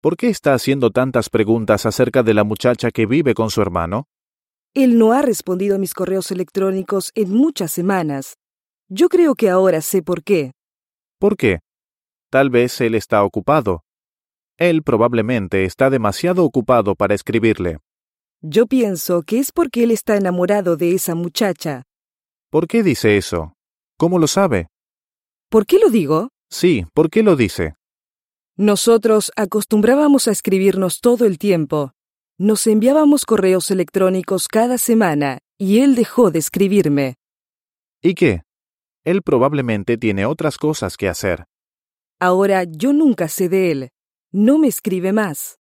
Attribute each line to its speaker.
Speaker 1: ¿Por qué está haciendo tantas preguntas acerca de la muchacha que vive con su hermano?
Speaker 2: Él no ha respondido a mis correos electrónicos en muchas semanas. Yo creo que ahora sé por qué.
Speaker 1: ¿Por qué? Tal vez él está ocupado. Él probablemente está demasiado ocupado para escribirle.
Speaker 2: Yo pienso que es porque él está enamorado de esa muchacha.
Speaker 1: ¿Por qué dice eso? ¿Cómo lo sabe?
Speaker 2: ¿Por qué lo digo?
Speaker 1: Sí, ¿por qué lo dice?
Speaker 2: Nosotros acostumbrábamos a escribirnos todo el tiempo. Nos enviábamos correos electrónicos cada semana y él dejó de escribirme.
Speaker 1: ¿Y qué? Él probablemente tiene otras cosas que hacer.
Speaker 2: Ahora yo nunca sé de él. No me escribe más.